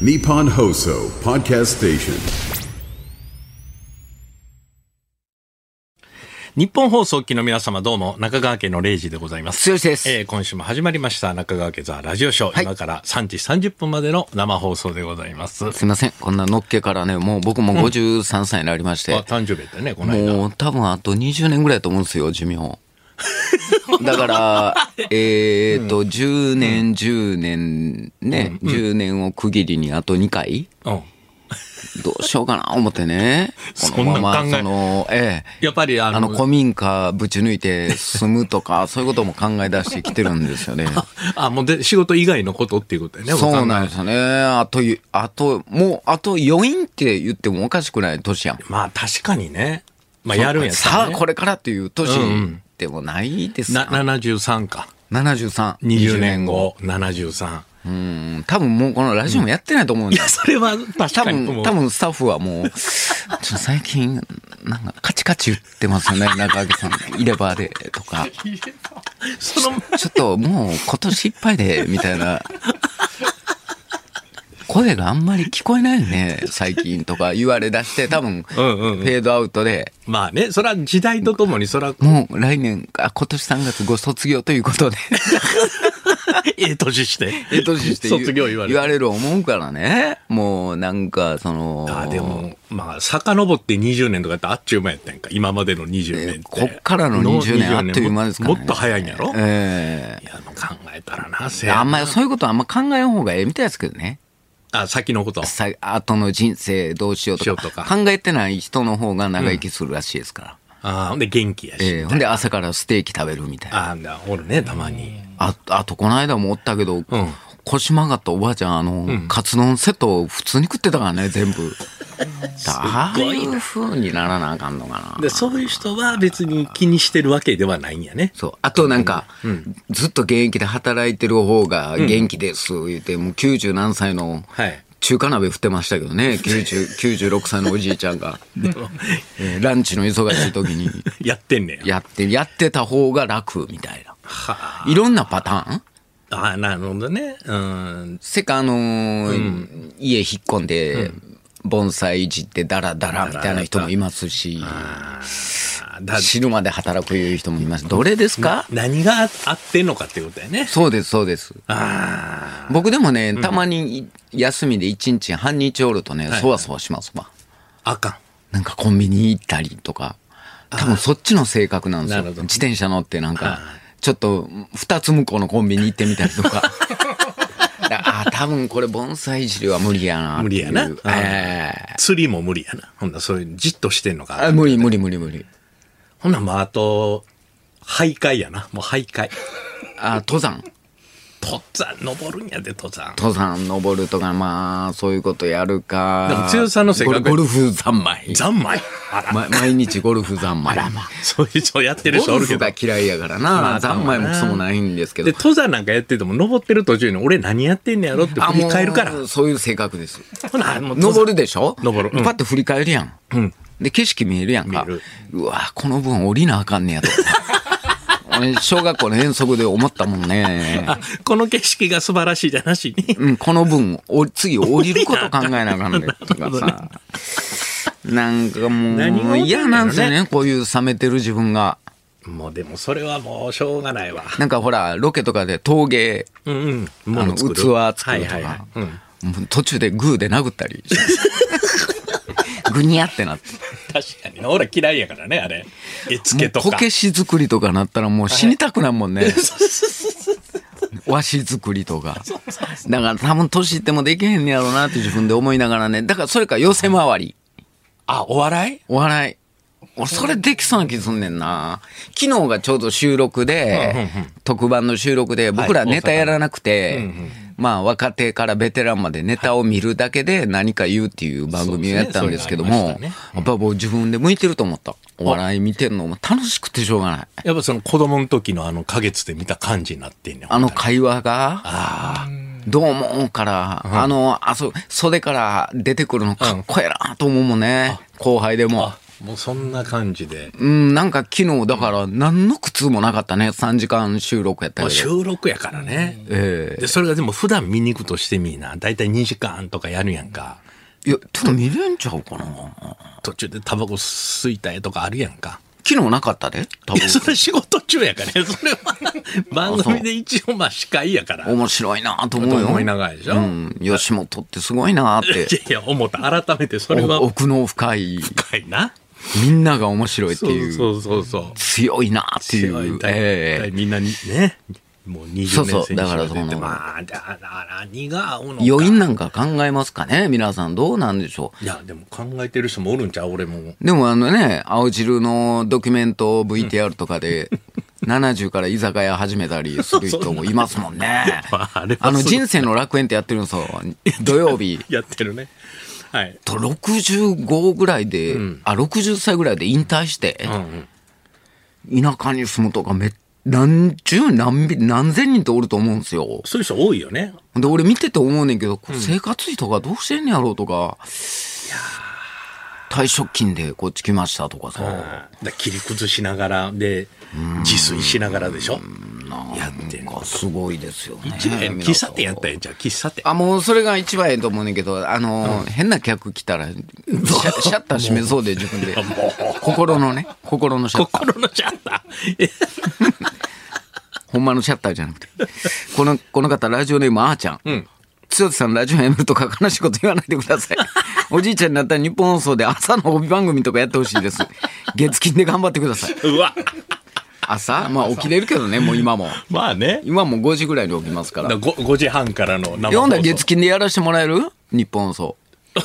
Nippon Hoso Podcast Station. 日本放送機の皆様どうも中川家の0時でございます。剛ですえー今週も始まりました中川家ザラジオショー、はい今から3時30分までの生放送でございます。すいません。こんなのっけからね、もう僕も53歳になりまして、あ誕生日だったよねこの間。もう多分あと20年ぐらいだと思うんですよ、寿命。だから、えっと、10年、10年ね、10年を区切りにあと2回うん、どうしようかな思ってね。このま ま、そんな考えその、ええ。やっぱりあのあの、古民家ぶち抜いて住むとか、そういうことも考え出してきてるんです よね。あもうで仕事以外のことっていうことだよね。そうなんんですよね。あとゆ、あと、もう、あと余韻って言ってもおかしくない年やん。まあ確かにね。まあやるんやったらさあ、ね、これからっていう年うんうでもないですなか、 73か。 73。 20年。後、73。うん、多分もうこのラジオもやってないと思うんいでや、す。それは確多かに。も分、う多分スタッフはもう、ちょっと最近、なんかカチカチ言ってますよね。中明さん、入れ歯でとか。その、ちょっともう今年いっぱいで、みたいな。声があんまり聞こえないよね、最近とか言われ出して、多分、フうんうんうんェードアウトで、まあね、それは時代とともに、それはもう来年、あ、今年3月ご卒業ということで、 ええ年して。え年して言 う卒業言われ言わる。れる思うからね。もうなんか、その、あでも、まあ、遡って20年とかってあっちゅう間やったんか。今までの20年って。こっからの20年あっという間ですからね。もっと早いんやろ、えいや、もう考えたらな、えせやなあんまり、そういうことあんま考えん方がええみたいですけどね。あ、先のこと。さ後の人生どうしようしよとうとかか考えてない人の方が長生きするらしいですから、あほんで元気やし。ええほんで朝からステーキ食べるみたいなあだおるね、たまに。ああとこの間もおったけど、腰曲がったおばあちゃんあの、カツ丼セットを普通に食ってたからね 全部ああいう風にならなあかんのかなで、そういう人は別に気にしてるわけではないんやね。そうあとなんか、ずっと現役で働いてる方が元気です、言ってもう90何歳のはい。中華鍋振ってましたけど ね90 96歳のおじいちゃんが、 えーランチの忙しい時 にやってんねや。やって、やってた方が楽みたいな。はいろんなパターンあ。あなるほどね。うん。せっか、あのー家引っ込んで、盆栽いじってダラダラみたいな人もいますし、あだ死ぬまで働くいう人もいます。どれですか何があってんのかっていうことやね。そうです、そうです。あ僕でもね、たまに休みで1日半日おるとね、そわそわしますわ。あ。あかん。なんかコンビニ行ったりとか、多分そっちの性格なんですよ。なるほど自転車乗ってなんか、ちょっと二つ向こうのコンビニ行ってみたりと か。だあー多分これ盆栽いじりは無理やなっていう。無理やなうんええ釣りも無理やな。ほんならそういう、じっとしてんのあか。無理無理無理無理。ほんならまあ、あと、徘徊やな。もう徘徊。あー登山。登山、登るんやで、登山。登山登るとか、まあ、そういうことやるでもか。剛さんの性格ゴルゴルフ三昧。三昧。あら、ま毎日ゴルフ三昧。そういう人やってる人ゴおるルけフどが。嫌いやからな。あそうだな三昧もクソもないんですけどで、。登山なんかやってても、登ってる途中に俺何やってんねやろってあ振り返るから。もうそういう性格です。ほな、もう登登るでしょ登るうんパッて振り返るやん。で、景色見えるやんか見える。うわ、この分降りなあかん ねやと。俺、小学校の遠足で思ったもんね。あこの景色が素晴らしいじゃなしに。うん、この分、お次降りること考えなあかんねとか さ。なんかも何がう、起きてんのね嫌なんですよね、こういう冷めてる自分が。もうでもそれはもうしょうがないわ。なんかほら、ロケとかで陶芸、うんうん。あの、物器作作るるとか。はいはいはい。うん。もう途中でグーで殴ったりします。ぐにゃってなって。確かにな。俺嫌いやからね、あれ。絵付けともうこか。けし作りとかなったらもう死にたくなんもん ね。和紙作りとか。だから多分年いってもできへんねやろうなって自分で思いながらね。だからそれか寄せ回り。あ、お笑いお笑い。俺それできそうな気すんねんな。昨日がちょうど収録で、特番の収録で僕らネタやらなくて、まあ若手からベテランまでネタを見るだけで何か言うっていう番組をやったんですけどそうですねそも、れがありましやっぱもう自分で向いてると思った。お笑い見てるのも楽しくてしょうがない。やっぱその子供の時のあの花月で見た感じになってんねんあの会話が、どうもから、あの、あそ、袖から出てくるのかっこええなと思うもんね。後輩でも。もうそんな感じで。うん、なんか昨日だから何の苦痛もなかったね。3時間収録やったまあ、けど。収録やからね。えで、それがでも普段見に行くとしてみいな。だいたい2時間とかやるやんか。いや、ちょっと見れんちゃうかな。途中でタバコ吸いたいとかあるやんか。昨日なかったで多い分や、それ仕事中やからね。それは番組で一応まあ司会やから。面白いなと思うよ。思い長いでしょうん。吉本ってすごいなっいやて。いや、思った。改めてそれはお奥の深い、深いな。みんなが面白いってそいうう、そうそうそう。強いなってい世話う。大ええ体みんなにね、もうそう20そう年選手だからがそ出のて、まあ、だから何が合うのか。余韻なんか考えますかね皆さんどうなんでしょいや、でも考えてる人もおるんちゃう俺も。。うでもあのね、青汁のドキュメント VTR とかで、70から居酒屋始めたりする人もいますもんね まああれはそうあの人生の楽園ってやってるんですよ。土曜 日。やってるね。はい。と65ぐらいで、あ60歳ぐらいで引退して、田舎に住むとかめ何十何び何千人とおると思うんですよ。そういう人多いよね。で俺見てて思うねんけど、こう生活費とかどうしてんねやろうとか、退職金でこっち来ましたとかさ、だから切り崩しながらで、自炊しながらでしょ。やってんなんの。かすごいですよね。一番ええの喫茶店やったやんじゃん、喫茶店。あ、もうそれが一番ええと思うねんけど、あの、変な客来たら、シャシャッター閉めそう で自分で。心のね、心のシャッター。心のシャッター。えほんまのシャッターじゃなくて。この、この方、ラジオネーム、あーちゃん。強さん、ラジオやめるとか悲しいこと言わないでくだ さい。おじいちゃんになったら日本放送で朝の帯番組とかやってほしいです。月金で頑張ってください。 うわ。朝まあ起きれるけどね、もう今も。まあね。今も5時ぐらいに起きますから。だ 5, 時半からの生読ん放だ送。ら月金でやらせてもらえる日本放送。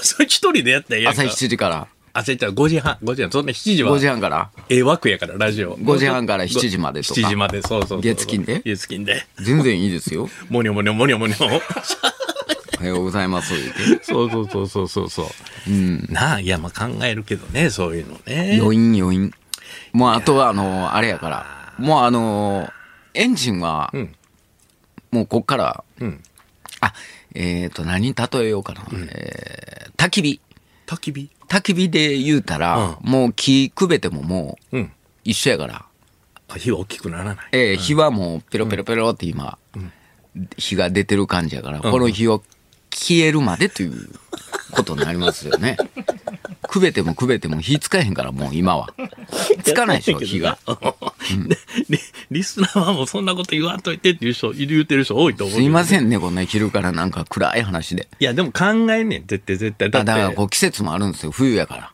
それ一人でやったらええやん朝か。 7時から。朝一は5時半、5時半、そんな7時は。 5時半から。ええ枠やから、ラジオ。 5時半から7時までとか7時まで、そうそうそう月金で月金で。全然いいですよ。もにょもにょもにょもにょ。おはようございます。言うて そうそうそうそうそうそう。なあ、いや、まあ考えるけどね、そういうのね。余韻余韻もうあとはあのあれやからもうあのエンジンは、もうこっから、あえっ、と何に例えようかな、えー焚き火焚き火焚き火で言うたら、もう木くべてももう、うん一緒やから、あ火は大きくならない。えー火はもうペロペロペロって今、火が出てる感じやから、この火を消えるまでということになります よねくべてもくべても火つかへんからもう今はつかないで しょ火が。でリリスナーはもうそんなこと言わんといてっていう人、言うてる人多いと思うけすど。いませんね、こんな昼からなんか暗い話で。いや、でも考えんねん、絶対絶対。だあっだからてこ、う季節もあるんですよ、冬やから。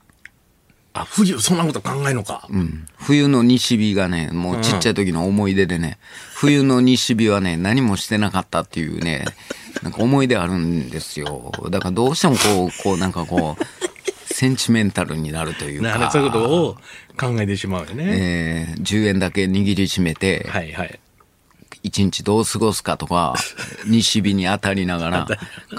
あ、冬、そんなこと考えんのか。うん冬の西日がね、もうちっちゃい時の思い出でね、冬の西日はね、何もしてなかったっていう ね、なんか思い出あるんですよ。だからどうしてもこう、こうなんかこう、センチメンタルになるというだからそういうこか、とを考えてしまうよね。えー10円だけ握りしめて、はいはい。一日どう過ごすかとか、西日に当たりなが ら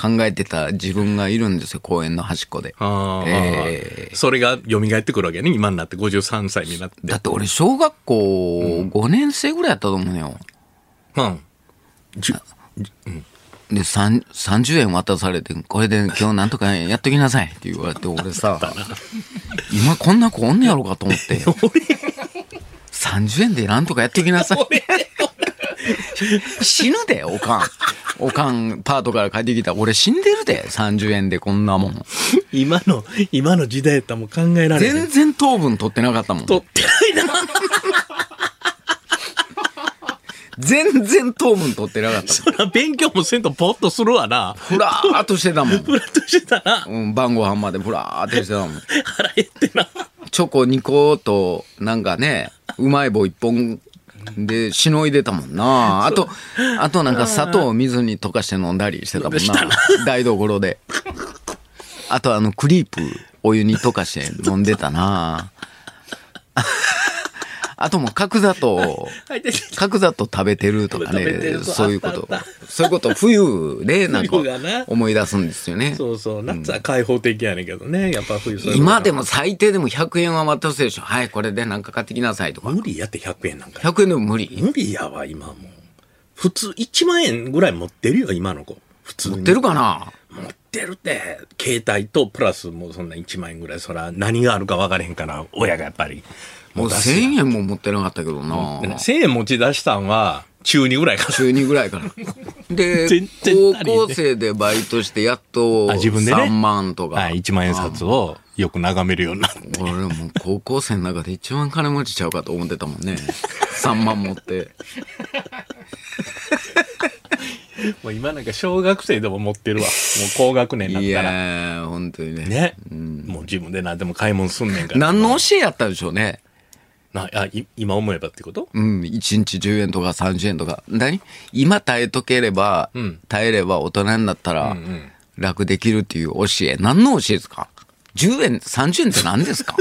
考えてた自分がいるんですよ、公園の端っこで。ああ、えそれが蘇ってくるわけね。今になって53歳になって。だって俺、小学校5年生ぐらいやったと思うのよ。うん。じゅで、さん30円渡されて、これで今日なんとかやっときなさいって言われて、俺さ、今こんな子おんねやろかと思って、30円でなんとかやっときなさい。 死ぬで、おかん。おかん、パートから帰ってきたら、俺死んでるで、30円でこんなもん。今の、今の時代やったらもう考えられない。全然糖分取ってなかったもん。取ってないな。全然糖分取ってなかったもん。そら 勉強もせんとポッとするわな。ふらーっとしてたもん。ふらっと してたら、うん、晩ご飯までふらーってしてたもん。腹減ってな。 チョコ2個と、なんかね、うまい棒1本でしのいでたもんな。 あと、あとなんか砂糖を水に溶かして飲んだりしてたもんな。台所で。あとあのクリープ、お湯に溶かして飲んでた な。あともう角砂糖、入ってき角砂糖食べてるとか食べてね、るそういうこあっとたあっ。そういうこと、冬でなんか冬がな思い出すんですよね。そうそう。夏は開放的やねんけどね。やっぱ冬そういうこと今でも最低でも100円は渡すでしょ。はい、これでなんか買ってきなさいとか。無理やって100円なんか。 100円でも無理。無理やわ、今もう。普通、1万円ぐらい持ってるよ、今の子。普通に。売ってるかな持ってるって、携帯とプラスもうそんな1万円ぐらい、そら何があるか分からへんから、親がやっぱり。もう出すやん1000円も持ってなかったけどなでね1000円持ち出したんは、中2ぐらいか中2ぐら いからで全然足りんね高校生でバイトしてやっとら。あ自分でね。 3万とか、はい、1万円札をよく眺めるようになって。俺もう高校生の中で一番金持ちちゃうかと思ってたもんね3万持ってもう今なんか小学生でも持ってるわ。もう高学年 いになやったら。ー本当にねね。もう自分で何でも買い物すんねんから。何の教えやったんでしょうねなあい今思えばってことうん、1日10円とか30円とか。何今耐えとければ、耐えれば大人になったら楽できるっていう教え。何の教えですか ?10 円、30円って何です か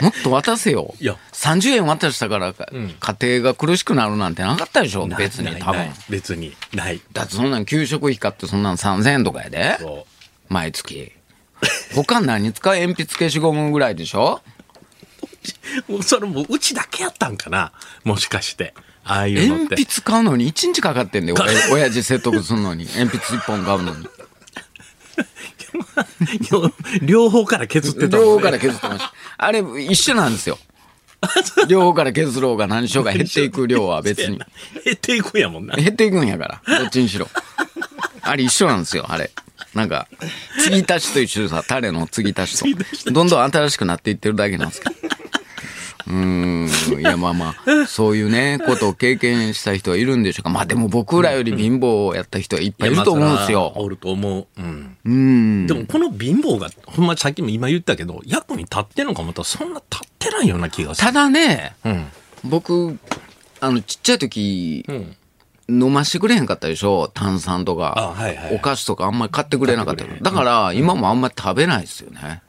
もっと渡せよ。いや30円渡したからか、家庭が苦しくなるなんてなかったでしょ別にない多ない分。別に。ない。だってそんなん給食費買ってそんなん3000円とかやで。そう。毎月。他何使う鉛筆消しゴムぐらいでしょもうそれもううちだけやったんかなもしかして。ああいうのっ鉛て。筆買うのに1日かかってんだよ。おや親父説得する のに。鉛筆1本買うのに。 両方から削ってたもんね。両方から削って ました。あれ、一緒なんですよ。両方から削ろうが何しようが減っていく量は別に。減 っていくんやもんな。減っていくんやから。どっちにしろ。あれ一緒なんですよ、あれ。なんか、継ぎ足しと一緒でさ、タレの継ぎ足しと。どんどん新しくなっていってるだけなんですけど。うーん。いや、まあまあ、そういうね、ことを経験した人はいるんでしょうか。まあでも僕らより貧乏をやった人はいっぱいいると思うんですいやまあよそら。おると思う。うん。でもこの貧乏が、ほんまさっきも今言ったけど、役に立ってんのかもとそんな立ってないような気がする。ただね、うん。僕あのちっちゃい時、飲ましてくれへんかったでしょ炭酸とかあはいはいはいお菓子とかあんまり買ってくれなかっただから今もあんまり食べないですよね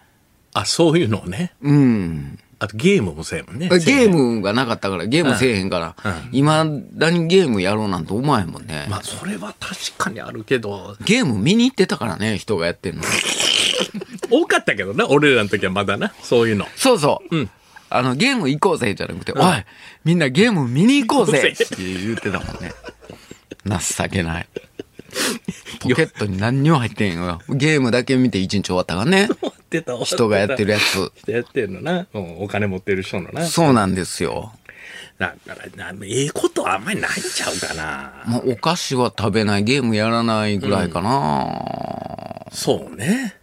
あ、そういうのをね。うんあとゲームもそうやもんね。ゲームがなかったからゲームせえへんからういま、未だにゲームやろうなんて思わへんもんね、まあ、それは確かにあるけど、ゲーム見に行ってたからね人がやってるの多かったけどな、俺らの時はまだな、そういうの。そうそう、あのゲーム行こうぜじゃなくて、おいみんなゲーム見に行こうぜって言ってたもんね情 けないポケットに何にも入ってんよゲームだけ見て一日終わったから ね終わってた、人がやってるやつ。つ人やってるのな。うん、お金持ってる人のな。そうなんですよだから、なええことはあんまりないんちゃうかな。もうお菓子は食べないゲームやらないぐらいかな、そうね。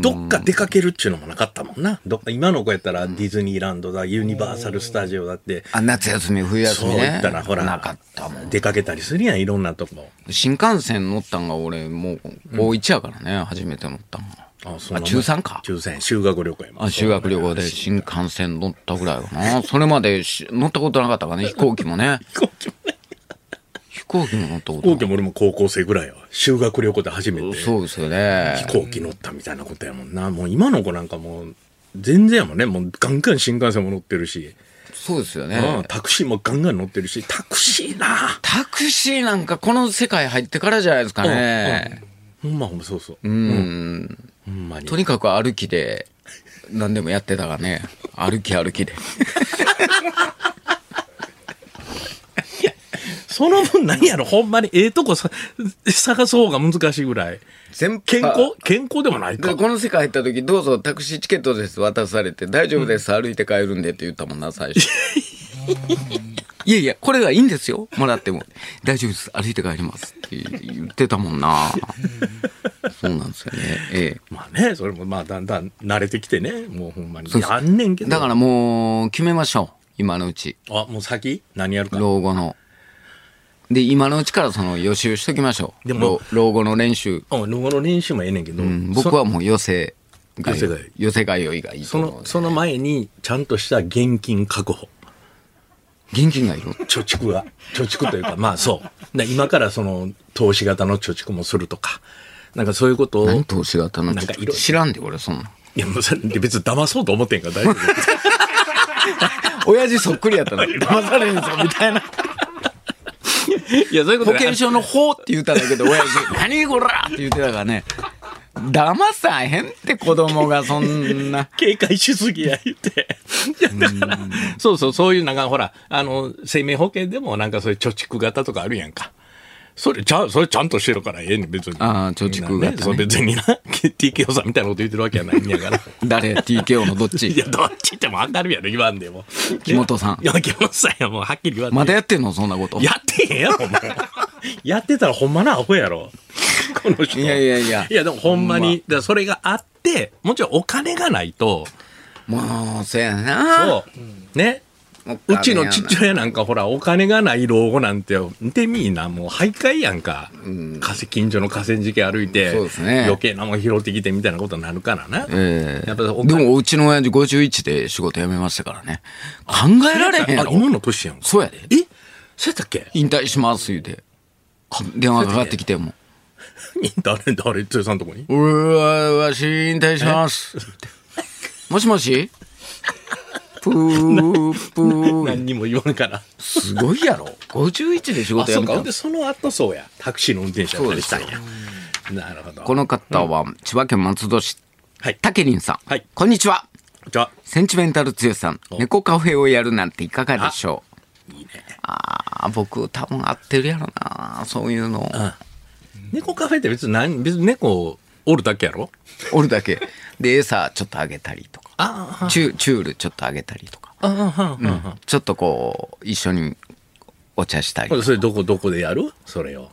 どっか出かけるっちゅうのもなかったもんな。どっか、今の子やったらディズニーランドだ、ユニバーサルスタジオだって、あ夏休み冬休そうみいねったら、ほら、なかったもん出かけたりするやん、いろんなとこ。新幹線乗ったんが俺もう高1やからね、初めて乗ったんがあ、そあ中3か中3、修学旅行やもんあ修学旅行で新幹線乗ったぐらいかな。それまでし乗ったことなかったからね、飛行機もね。飛行機もね飛行機も乗ったこ 飛と行機も俺も高校生ぐらいは修学旅行で初めて飛そうですよね。行機乗ったみたいなことやもんな。もう今の子なんかもう、全然やもんね。もうガンガン新幹線も乗ってるし、そうですようんね。タクシーもガンガン乗ってるし、タクシーなタクシーなんかこの世界入ってからじゃないですかね。ほんまほんまそうそう。うん。ほんまにと。にかく歩きで何でもやってたからね。歩き歩きで。その分何やろほんまにええとこさ探す方が難しいぐらい。全 健康健康でもないか。この世界入った時、どうぞタクシーチケットです渡されて、大丈夫です、歩いて帰るんでって言ったもんな、最初。 いやいや、これはいいんですよ、もらっても。大丈夫です、歩いて帰りますって言ってたもんな。そうなんですよね。えまあね、それもまあだんだん慣れてきてね、もうほんまに。そうですやんねんけえ。ど。だからもう、決めましょう、今のうち、ら。あ、もう先何やるか。老後の。で、今のうちからその予習しときましょう。でも老老後の練習。うん、老後の練習もええねんけど、うん僕はもう寄せ寄せがいい寄せがよいがいいとそ思うの、その前に、ちゃんとした現金確保。現金がいる。貯蓄が。貯蓄という か、まあそう。で今からその、投資型の貯蓄もするとか、なんかそういうことを。何投資型のなんかいろいろ知らんで、俺、そんなん。いや、もうそれ別に騙そうと思ってんから大丈夫。親父そっくりやったの。 騙されんぞ、みたいな。 いや、そういうこと保で険証の法って言ったんだけど、 親父、何こらって言ってたからね。騙さへんって子供がそんな。警戒しすぎや言って。いやだから、そうそう、そういうなんかほら、あの、生命保険でもなんかそういう貯蓄型とかあるやんか。それ、ちゃん、それちゃんとしてるからええねん、別に。ああ貯蓄があっみんたねなそう別にな、TKO さんみたいなこと言ってるわけやないんやから。誰 ?TKO のどっいちや、どっちでもわかるやろ、言わんでも。木本さんいや、木本さんや、もうはっきり言わんでまだやってんのそんなこと。やってへんやろ、お前。やってたらほんまなアホやろ。この人。いやいやいやいや、でもほんまに、だからそれがあって、もちろんお金がないと、もう、そやな。そう、ね。もううちの父親なんかほら、お金がない老後なんて、見てみいな、もう徘徊やんか。河川近所の河川敷歩いて、そうですね余計なもん拾ってきてみたいなことになるからな。ええやっぱおで金も、うちの親父51で仕事辞めましたからね。考えられへんやあろ。今の年やんか。そうやで。えそうやったっけ 引退します、言うて。電話かかってきても。誰、誰、つよさんとこにうわ、わし引退します。 もしもしプー、プー。何にも言わんから。すごいやろ。51で仕あ、そ事辞うめか。たほんので、その後そうや。タクシーの運転手やったりしたんや。なるほど。この方は、千葉県松戸市、はい。たけりんさん。はいこんにちは。じゃあ、センチメンタル強さん、猫カフェをやるなんていかがでしょうああ、僕多分合ってるやろな、そういうの。猫カフェって別に何、別に猫おるだけやろ俺だけ。で、餌ちょっとあげたりとか、あチュチュールちょっとあげたりとか、あ、ああ、うん。ちょっとこう、一緒にお茶したりこ。れそれどこどこでやるそれを。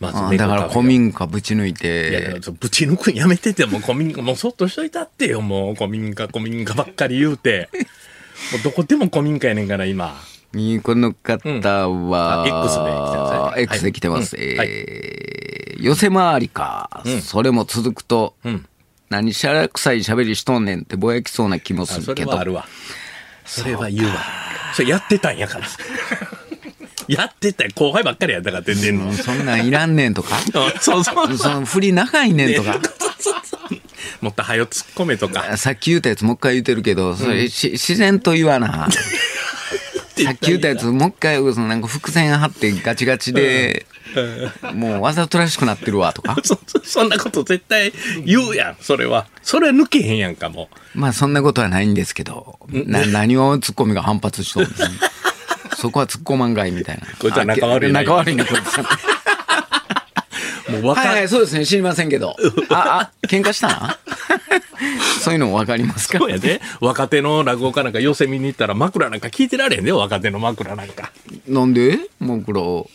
まずあー猫だカかフェら古民家ぶち抜いいやいやて、ちょぶち抜くんやめてて、もう古民家、もうそっとしといたってよ、もう古民家、古民家ばっかり言うて。もうどこでも古民家やねんから、今。にこの方は、うんあ X で来てますねはいう X で来てます。んはいえー寄せ回りか、それも続くと、何しゃらくさい喋りしとんねんってぼやきそうな気もあすそるれけはどあ、るわ。それは言うわ。それやってたんやから。やってたよ後輩ばっかりやったから、出てんの。そんなんいらんねんとか、あ そうそうその振り長いねんとか、もっと早よ突っ込めとか。さっき言ったやつもう一回言うてるけど、それし自然と言 わな。さっき言ったやつもう一回そのなんか伏線張ってガチガチで、もうわざとらしくなってるわとか。そそ そんなこと絶対言うやん、それは。それは抜けへんやんか、もまあそんなことはないんですけど、な何をツッコミが反発しとるんですねそこは突っ込まんがいみたいな。こいつは仲悪いなあ 仲悪いな、こいつ。う。もう分かはいはい、そうですね、知りませんけ ど。あ、あ、喧嘩した なそういうの分かりますかそうやで。若手の落語家なんか寄せ見に行ったら枕なんか聞いてられへんで、若手の枕なんか。なんで枕を。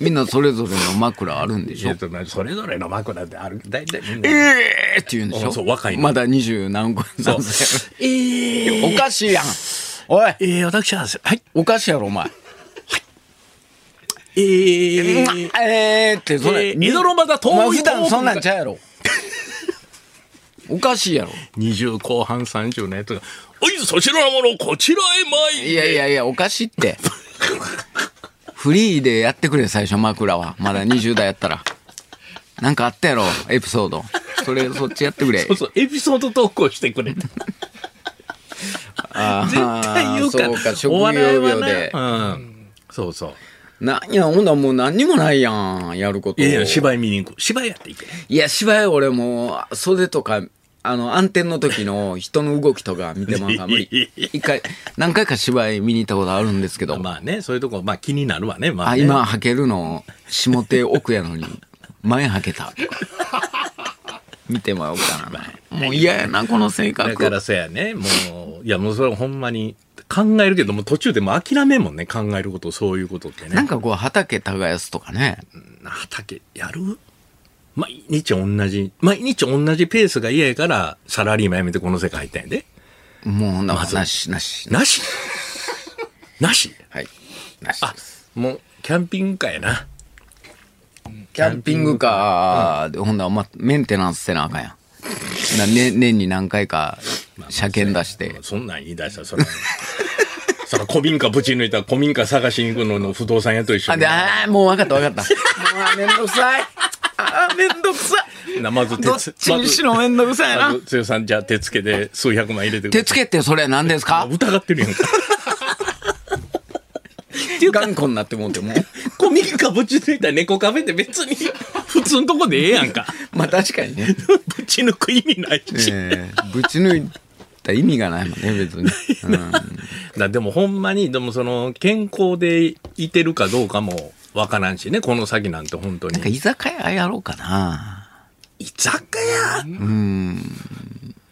みんなそれぞれの枕あるんでしょそれぞれの枕である。大体みんえな。えーって言うんでしょそう若いのまだ二十何個そうなんですえー よ。おかしいやん。おい、えー、私は、はい。おかしいやろ、お前。ええー、ーって、それ。えー江戸のまだ遠いお前普遠段くそんなんちゃう やろ。おかしいやろ。 20後半30のやつが、おい、そちらのもの、こちらへ参り。いやいやいや、おかしいって。フリーでやってくれ、最初、枕は。まだ20代やったら。なんかあったやろ、エピソード。それ、そっちやってくれそう。そう、エピソード投稿してくれた。あー絶対言うから。そうか、職お業笑いは病なで。うん。そうそう。なんや、ほんならもう何にもないやん、やること。いやいや、芝居見に行く。芝居やっていく。いや、芝居俺もう、袖とか、あの、暗転の時の人の動きとか見てまうから無理。 一回、何回か芝居見に行ったことあるんですけど、まあね、そういうとこ、まあ気になるわね。まああ、ね、今履けるの、下手奥やのに、前履けた。見てまおうかな。もう嫌やな、この性だから格。そやね、もう、いやもうそれはほんまに考えるけども途中でもう諦めんもんね、考えること、そういうことってなねん。かこう、畑耕すとかね。畑やる毎日同じ、毎日同じペースが嫌やから、サラリーマンやめてこの世界入ったんやで。もうな、なし、なし。な しなしはい。なし。あ、もう、キャンピングカーやな。キャンピングカーで、ほんなら、ま、メンテナンスせなあかんやん。なね、年に何回か、車検出して。そんなん言い出したら、それ。 そら古民家ぶち抜いたら古民家探しに行くのの不動産屋と一緒あ、にで、。あーもう分かった分かった。もうあーめんどくさい。あーめんどくさい。なまずどっちにしろめんどくさいまなず。剛さん、じゃあ手つけて数百万入れてくれ手つけってそれ何ですか疑ってるやん か。頑固になってもうてもう。古民家ぶち抜いた猫カフェって別 に普通のとこでええやんか。まあ確かにね。ぶち抜く意味ないし。えーぶち抜いた意味がないもんね、別に。うんだでもほんまに、でもその健康でいてるかどうかもわからんしね、この先なんて本当なんかに。居酒屋やろうかな。居酒屋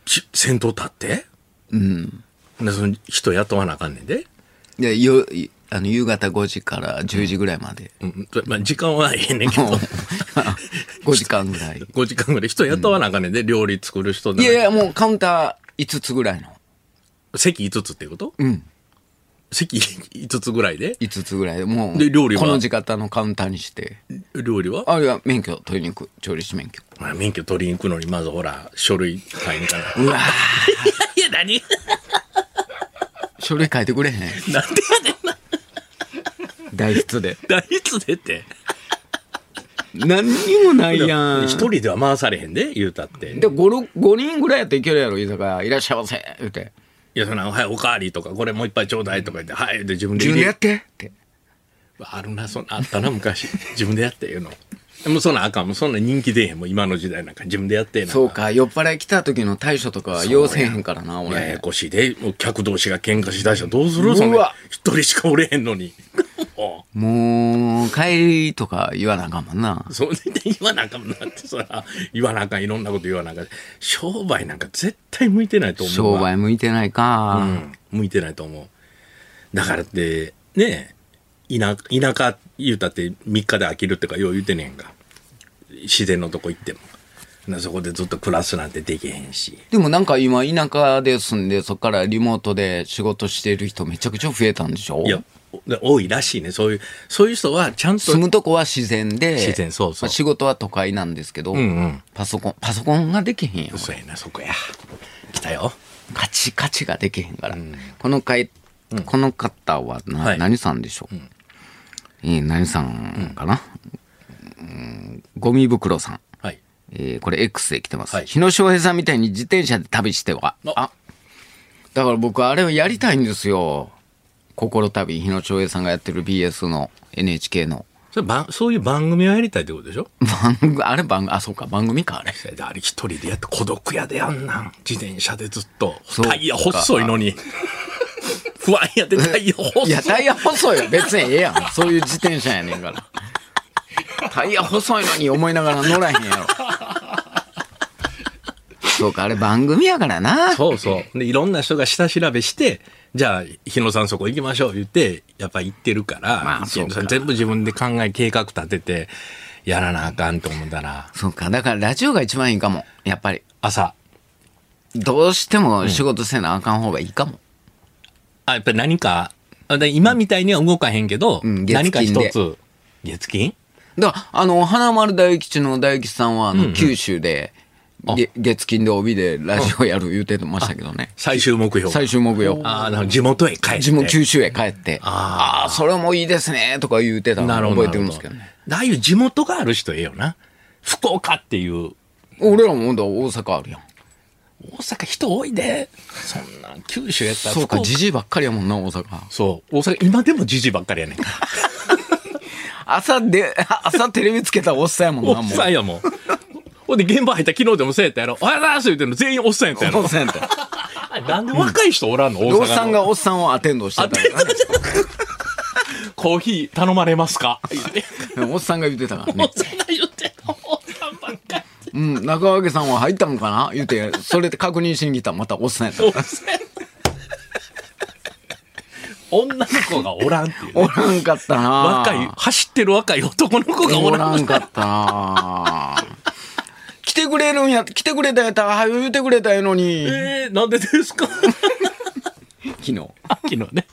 ち先頭立ってうん。で、その人雇わなあかんねんで。で、よ、いあの、夕方5時から10時ぐらいまで。うん。まあ、時間はええねんけど。 5時間ぐらい。 5時間ぐらい人雇わなあかんねんで、料理作る人いで。やいや、もうカウンター5つぐらいの。。席5つっていうことうん席5つぐらいで5つぐらいで、もう、で料理はこの時方のカウンターにして。料理はあるいは免許取りに行く。調理師免許。まあ、免許取りに行くのに、まずほら、書類買いに行かない。うわいや、何書類書いてくれへ ん。なんでやねんな。代筆で。 何いつ出て。何にもないやん。一人では回されへんで、言うたって。で 5, 5人ぐらいやったらいけるやろ居酒屋いらっしゃいませ言うていや、そんな、はい、おかわりとか、これもう一杯ちょうだいとか言って、はい、で自分で自入分れでやってってあるな、そんな、あったな、昔。 自分でやって、いうの。でもうそんなんあかん、もうそんな人気出えへん、もう今の時代なんか自分でやってなんかそうか酔っ払い来た時の対処とかは要せえへんからやなや俺こしいで、もう客同士が喧嘩しだしたらどうするうわそんな一人しかおれへんのに。 おうもう帰りとか言わなあかんもんなそれで言わなあかんなってさ、言わなあかん、いろんなこと言わなあかん。商売なんか絶対向いてないと思う商わ。売向いてないか、うん、向いてないと思う。だからって、ねえ、田田舎言うたって3日で飽きるってかよう言うてんねやんか。自然のとこ行っても。なそこでずっと暮らすなんてできへんし。でもなんか今田舎で住んでそっからリモートで仕事してる人めちゃくちゃ増えたんでしょいや、お多いらしいね。そういう、そういう人はちゃんと住むとこは自然で自然そうそうまあ仕事は都会なんですけど、うんパソコンパソコンができへんよそうやな、そこや。来たよ。カチカチができへんから、この回、この方はな、はい何さんでしょう、えー何さんかな、うんゴミ袋さん、はい。えーこれ X で来てます、はい日野翔平さんみたいに自転車で旅してはああだから僕あれをやりたいんですよ心旅日野翔平さんがやってる BS の NHK のそればそういう番組をやりたいってことでしょ番組あれ番あそうか番組かあれそれであれ一人でやって孤独やであんなん自転車でずっとそうかタイヤ細いの に不安やでタイヤ細いいや、タイヤ細いよ。別にええやん。 そういう自転車やねんから。タイヤ細いのに思いながら乗らへんやろ。そうか、あれ番組やからな。そう そうでいろんな人が下調べしてじゃあ日野さんそこ行きましょう言ってやっぱ行ってるから、まあそう日野かさん全部自分で考え計画立ててやらなあかんと思ったらそうか、だからラジオが一番いいかも。やっぱり。朝どうしても仕事せなあかん方がいいかも。あやっぱり何かあで今みたいには動かへんけど、うん何か月金で一つ月金だから、あの、花丸大吉の大吉さんは、あの、九州で、げ月金で帯でラジオやる言うてましたけどね。最終目標最終目標。あーなるほど地元へ帰って自分九州へ帰って、あああー、それもいいですね、とか言うてたのなるほど。覚えてるんですけどね。ああいう地元がある人ええよな。福岡っていう。俺らもだ大阪あるやん大阪人多いで。そんなん、九州やったらそうか福岡じじいばっかりやもんな大阪そう。大阪、今でもじじばっかりやねんから。朝で朝テレビつけたらおっさんやもんおなっもうさんやもん。ほんで、現場入った昨日でもそうやったやろ。おはようございます言うてんの全員おっさんやったやおろっ。さんやったなんで若い人おらんの大阪の。おっさんがおっさんをアテンドしてたからね コーヒー頼まれますか言って。おっさんが言ってたからおっねさんが言ってた。おっさんばっかり。うん中脇さんは入ったんかな言うてそれで確認しに来たらまたおっさんやったおっさん。女の子がおらんっていう。おらんかったな若い、走ってる若い男の子がおおらんらんかったな来てくれるんや来てくれたんやったらはよ言うてくれたらええのにえー、なんでですか昨日秋のね。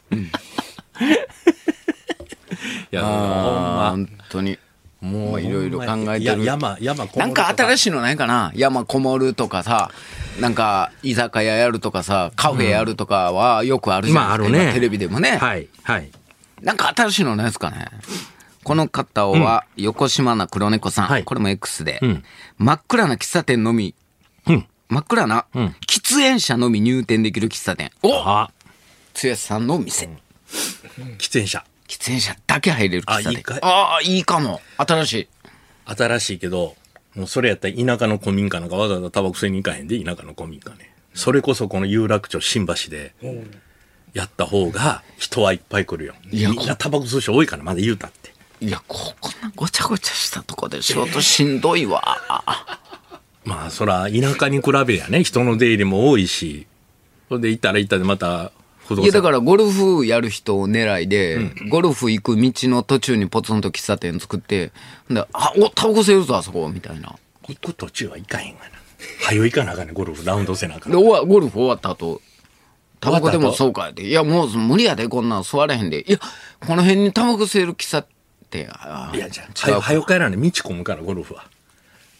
いや、ほんま。本当にもういろいろ考えいてやる山、山、なんか新しい。しいのないかな山こもるとかさ、なんか居酒屋やるとかさ、カフェやるとかはよくあるじゃないですか。まああるね今テレビでもね。はい、はい。なんか新しいのないですかねこの方は、横島な黒猫さん。はいこれも X で、ん真っ暗な喫茶店のみ、うん真っ暗な、喫煙者のみ入店できる喫茶店。おあ、剛さんの店。喫煙者。喫煙者だけ入れる喫茶あいい店かい。ああ、いいかも。新しい。新しいけど、もうそれやったら田舎の古民家なんかわざわざタバコ吸いに行かへんで、田舎の古民家ね。それこそこの有楽町新橋で、やった方が人はいっぱい来るよ。いやみんなタバコ吸う人多いから、まだ言うたって。いや、ここなごちゃごちゃしたとこで仕事しんどいわ。まあそら田舎に比べりゃね人の出入りも多いしほんで行ったら行ったでまた不動いや、だ産からゴルフやる人を狙いで、ゴルフ行く道の途中にポツンと喫茶店作って、ほんで、あ、お、タバコ吸えるぞ、あそこ、みたいな。行く途中は行かへんがな早よ行かなあかんねゴルフラウンドせなあかんで、終わ、ゴルフ終わった後、タバコで終わった後もそうかって。いや、もう無理やで、こんなん座れへんで。いや、この辺にタバコ吸える喫茶店。あいやじゃあ違はう。早よ帰らんね道込むからゴルフは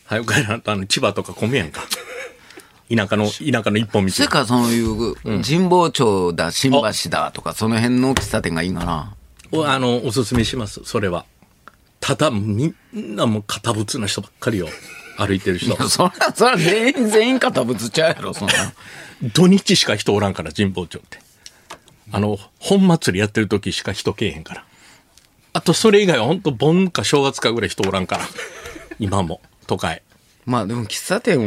早よ帰らんとあの千葉とか込むやんか田舎の田舎の一本道それか、そういう、神保町だ、新橋だとか、その辺の喫茶店がいいかな。おあのおすすめしますそれはただみんなもう堅物な人ばっかりよ 歩いてる人そら、そら、全員、全員肩ぶつっちゃうやろ、そんな。土日しか人おらんから神保町ってあの本祭りやってる時しか人けえへんからあとそれ以外は本当盆か正月かぐらい人おらんから 今も都会 まあでも喫茶店、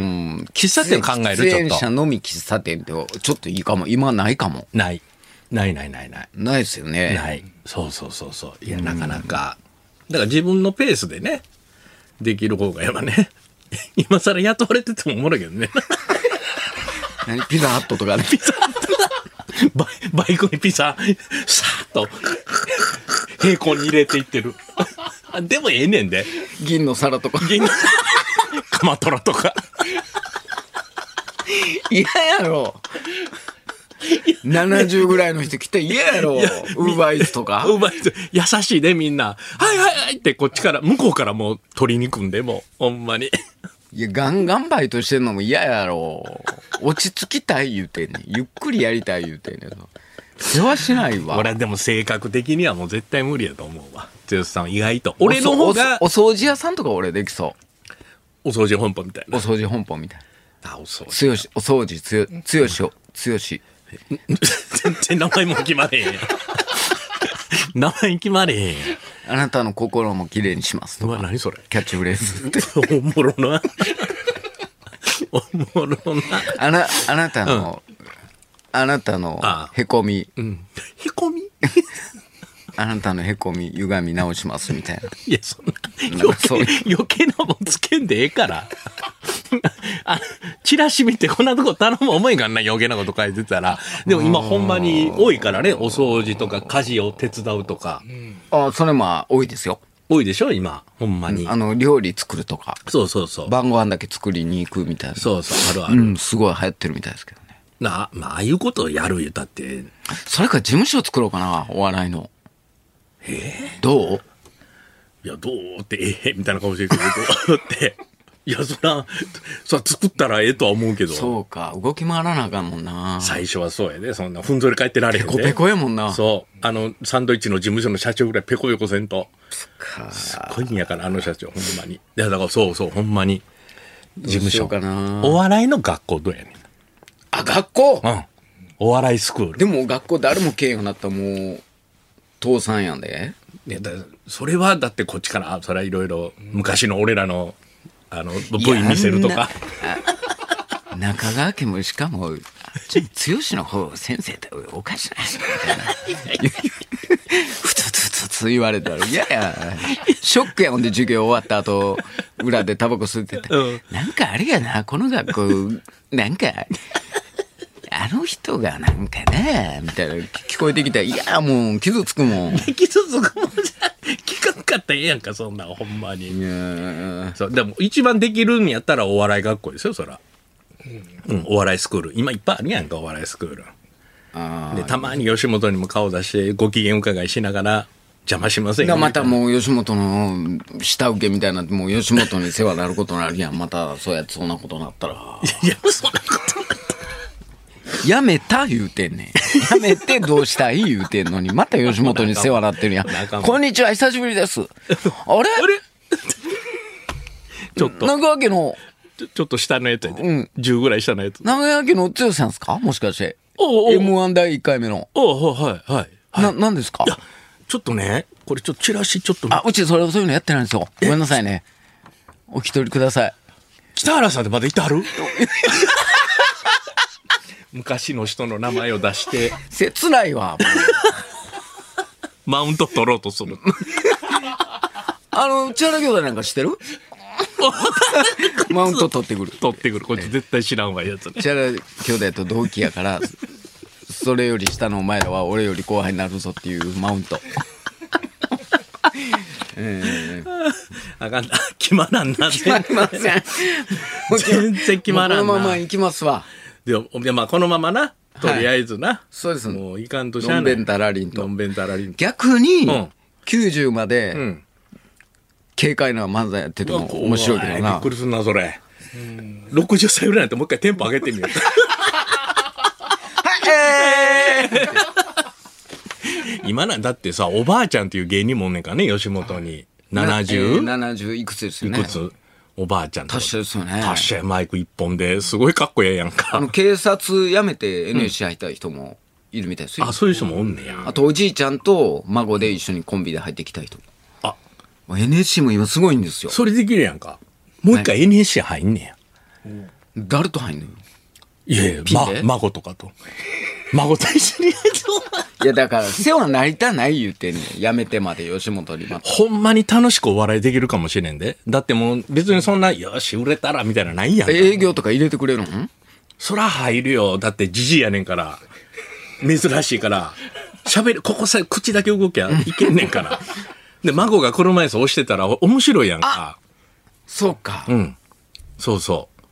喫茶店考える喫煙ちょっと者のみ喫茶店って、ちょっといいかも。今ないかも。ないないないないないないですよね。ないそうそうそうそういやなかなかだから自分のペースでねできる方がやばね 今更雇われててもおもろいけどね何ピザハットとかね。 バイバイクにピザさーっと平行に入れていってるあでもええねんで銀の皿とか。芸人カマトラとか。嫌やろ。70ぐらいの人来て嫌やろ。ウーバーイーツとか。うまいぞ優しいね、みんな。はいはいはいって、こっちから、向こうからもう取りに行くんで、もう、ほんまに。いや、ガンガンバイトしてんのも嫌やろ。落ち着きたい言うてんねん。ゆっくりやりたい言うてんねん。世話しないわ。俺はでも性格的にはもう絶対無理やと思うわ。剛さん意外と。俺の方がお、おお掃除屋さんとか俺できそ。お掃除本舗みたいうおな。掃除本舗みたいな。あ、お掃除。強し、お掃除、つよ、つよしを、つよし。全然名前も決まれへ んやん。名前決まれへんやん。あなたの心も綺麗にしますうとわ、か。何それ。キャッチフレーズっ て。おもろな。おもろな。あな、あなたの、あなたのああへこみ、うん。へこみあなたのへこみ、歪み直しますみたいな。いや、そんな、なん余かそう計、余計なもんつけんでええから。 あ、チラシ見てこんなとこ頼む思いがあんな余計なこと書いてたら。でも今ほんまに多いからね、お掃除とか家事を手伝うとか。 あそれも多いですよ。多いでしょ今、ほんまにあ。の、料理作るとか、そうそうそう。晩ご飯だけ作りに行くみたいな。そうそう、あるあうる。ん、すごい流行ってるみたいですけどね。な、まあ、ああいうことをやる言うたって、それか事務所作ろうかな、お笑いの。どういや、どうって、ええみたいな顔してるけど、どうって。いや、そら、そら作ったらええとは思うけど。そうか、動き回らなあかんもんな。最初はそうやで、そんな、ふんぞり返ってられへんペで。コペコやもんな。そう。あの、サンドイッチの事務所の社長ぐらいペコペコせんと。すっごいんやから、あの社長、ほんまに。いや、だからそうそう、ほんまに。事務しよ所うかなお笑いの学校どうやねあ、学校ん。うん。お笑いスクール。でも学校誰も経営になったらもう、倒産やんで。ね、だそれは、だってこっちから、あそれはいろいろ、昔の俺らの、あの、部位見せるとか。 あんな。中川家もしかも、ちょっと剛の方、先生だおかしないみたいな。ふつふつふつふつ言われたら、いやいや、ショックやもんで授業終わった後、裏でタバコ吸ってて、うんなんかあれやな、この学校、なんか、あの人がなんかね、みたいな聞こえてきたら、いや、もう傷つくもん。い傷つくもんじゃ、聞かんかったらええやんか、そんなん、ほんまに。やそう、でも一番できるんやったらお笑い学校ですよ、そら。うん、お笑いスクール。今いっぱいあるやんか、お笑いスクール。あで、たまに吉本にも顔出して、ご機嫌伺いしながら、邪魔しませんがよ。またみもう吉本の下請けみたいになってもう吉本に世話になることになる やんまたそうやってそんなことになった らたいな。いや、そんなことない。やめた言うてんねんやめてどうしたい言うてんのにまた吉本に世話になってるやん仲間こんにちは久しぶりですああれれちょっと、長川家のちょちょっと下のやつやで。10ぐらい下のやつ。長川家の剛さんですかもしかしておうおう m 1第1回目の、おうはい、はい、はい。ななんですかいや、ちょっとね、これちょっとチラシちょっと、あうちそれそういうのやってないんですよごめんなさいねお引き取りください北原さんってまだいてはる 昔の人の名前を出して、切ないわマウント取ろうとする。あの、千原兄弟なんか知っ てるマウント取ってくる。取ってくる。こいつ絶対知らんわ、やつね。千原兄弟と同期やから、それより下のお前らは俺より後輩になるぞっていうマウン ト。あかんな。決まらんな。決まりません。全然決まらんなもうこのまま行きますわ。でもいやまあ、このままな。とりあえずな。そうですもういかんとしゃのあんない。べんたらりんとの。んべんたらりんと。逆に、うん90まうでん。軽快な漫才やってても面白いけどうわなびっく。りすんな、それ。60歳ぐらいになってもう一回テンポ上げてみよう。今なんだってさ、おばあちゃんっていう芸人もおんねんからね、吉本に。70? 七十いくつですいよね。くつ、おばあちゃんと達者ですよね。達者やマイク一本ですごいかっこええやんあか。の、警察辞めて NSC 入った人もいるみたいですよ。あ、そういう人もおんねや。あと、おじいちゃんと孫で一緒にコンビで入ってきた人。あ、 NSC も今すごいんですよ。それできるやんか。もう一回 NSC 入んねや。誰と入んのよ。いやいや、ピンでま、孫とかと。孫と一緒にやるいや、だから、世話なりたない言うてんねん。辞めてまで吉本にまた。ほんまに楽しくお笑いできるかもしれんで。だってもう別にそんな、よし、売れたらみたいなのないやんか。営業とか入れてくれるんそら入るよ。だってじじいやねんから。珍しいから。喋る、ここさえ口だけ動きゃいけんねんから。で、孫が車椅子押してたらお面白いやんか。そうか。うん。そうそう。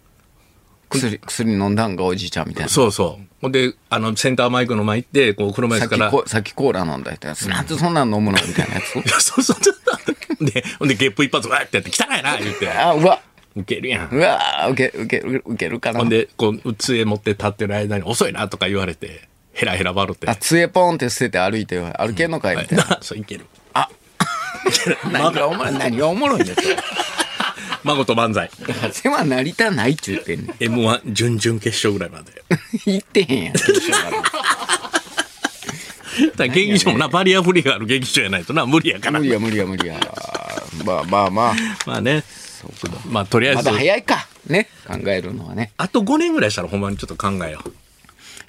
薬、薬飲んだんがおじいちゃんみたいな。そうそう。ほんで、あの、センターマイクの前行って、こう、車椅さ子かっきら。コさっきコーラ飲んだ人やつ。なんでそんなん飲むのみたいなやつ。いや そうそうそう。で、ほんで、ゲップ一発、わーってやって、汚いな、言って。あ、うわ、ウケるや。うんわ、受け、受け、受けるかなほん。で、こう、杖持って立ってる間に、遅いな、とか言われて、ヘラヘラ笑って。あ、杖ポンって捨てて歩いてよ、歩けんのかいみたいな。なそう、いける。何がおもろい、何がおもろいんですよ。孫と漫才。だから世話なりたないっちゅうてんねん。 M1 準々決勝ぐらいまで。 言ってへんやん。だから劇場もな、バリアフリーがある劇場やないとな、無理やから無。理や、無理や、無理や。まあまあまあ。まあね。まあ、とりあえまずだ、早いか。ね。考えるのはね。あと5年ぐらいしたらほんまにちょっと考えよう。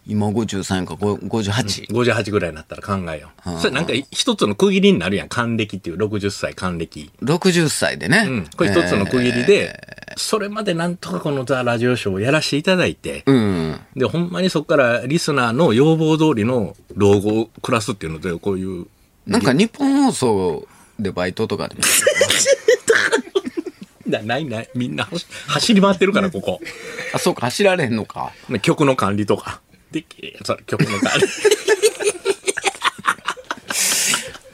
今53か5 58。 58ぐらいになったら考えよう。それなんか一つの区切りになるやん。還暦っていう60歳還暦。 60歳でね。うん。これ一つの区切りで、それまでなんとかこのザ・ラジオショーをやらせていただいて、えー。うん。で、ほんまにそこからリスナーの要望通りの老後を暮らすっていうので、こういう、なんか日本放送でバイトと かでも。なないない、みんな走 走り回ってるから、ここ。あ、そうか、走られへんのか。曲の管理とか。できるそれ曲の管理。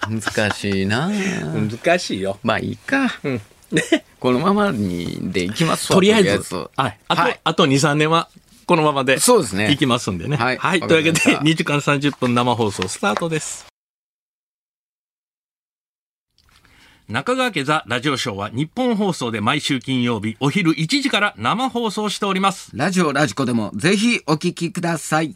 難しいな ぁ難しいよ。まあいいか。このままにでいきますわとりあえず、ははいい。。あと、はいあと2、3年は、このままで。そうですねいきますんでね。はいとわかいうわけりで ました、 2時間30分生放送スタートです。中川家ザ・ラジオショーは日本放送で毎週金曜日お昼1時から生放送しております。ラジオラジコでもぜひお聞きください。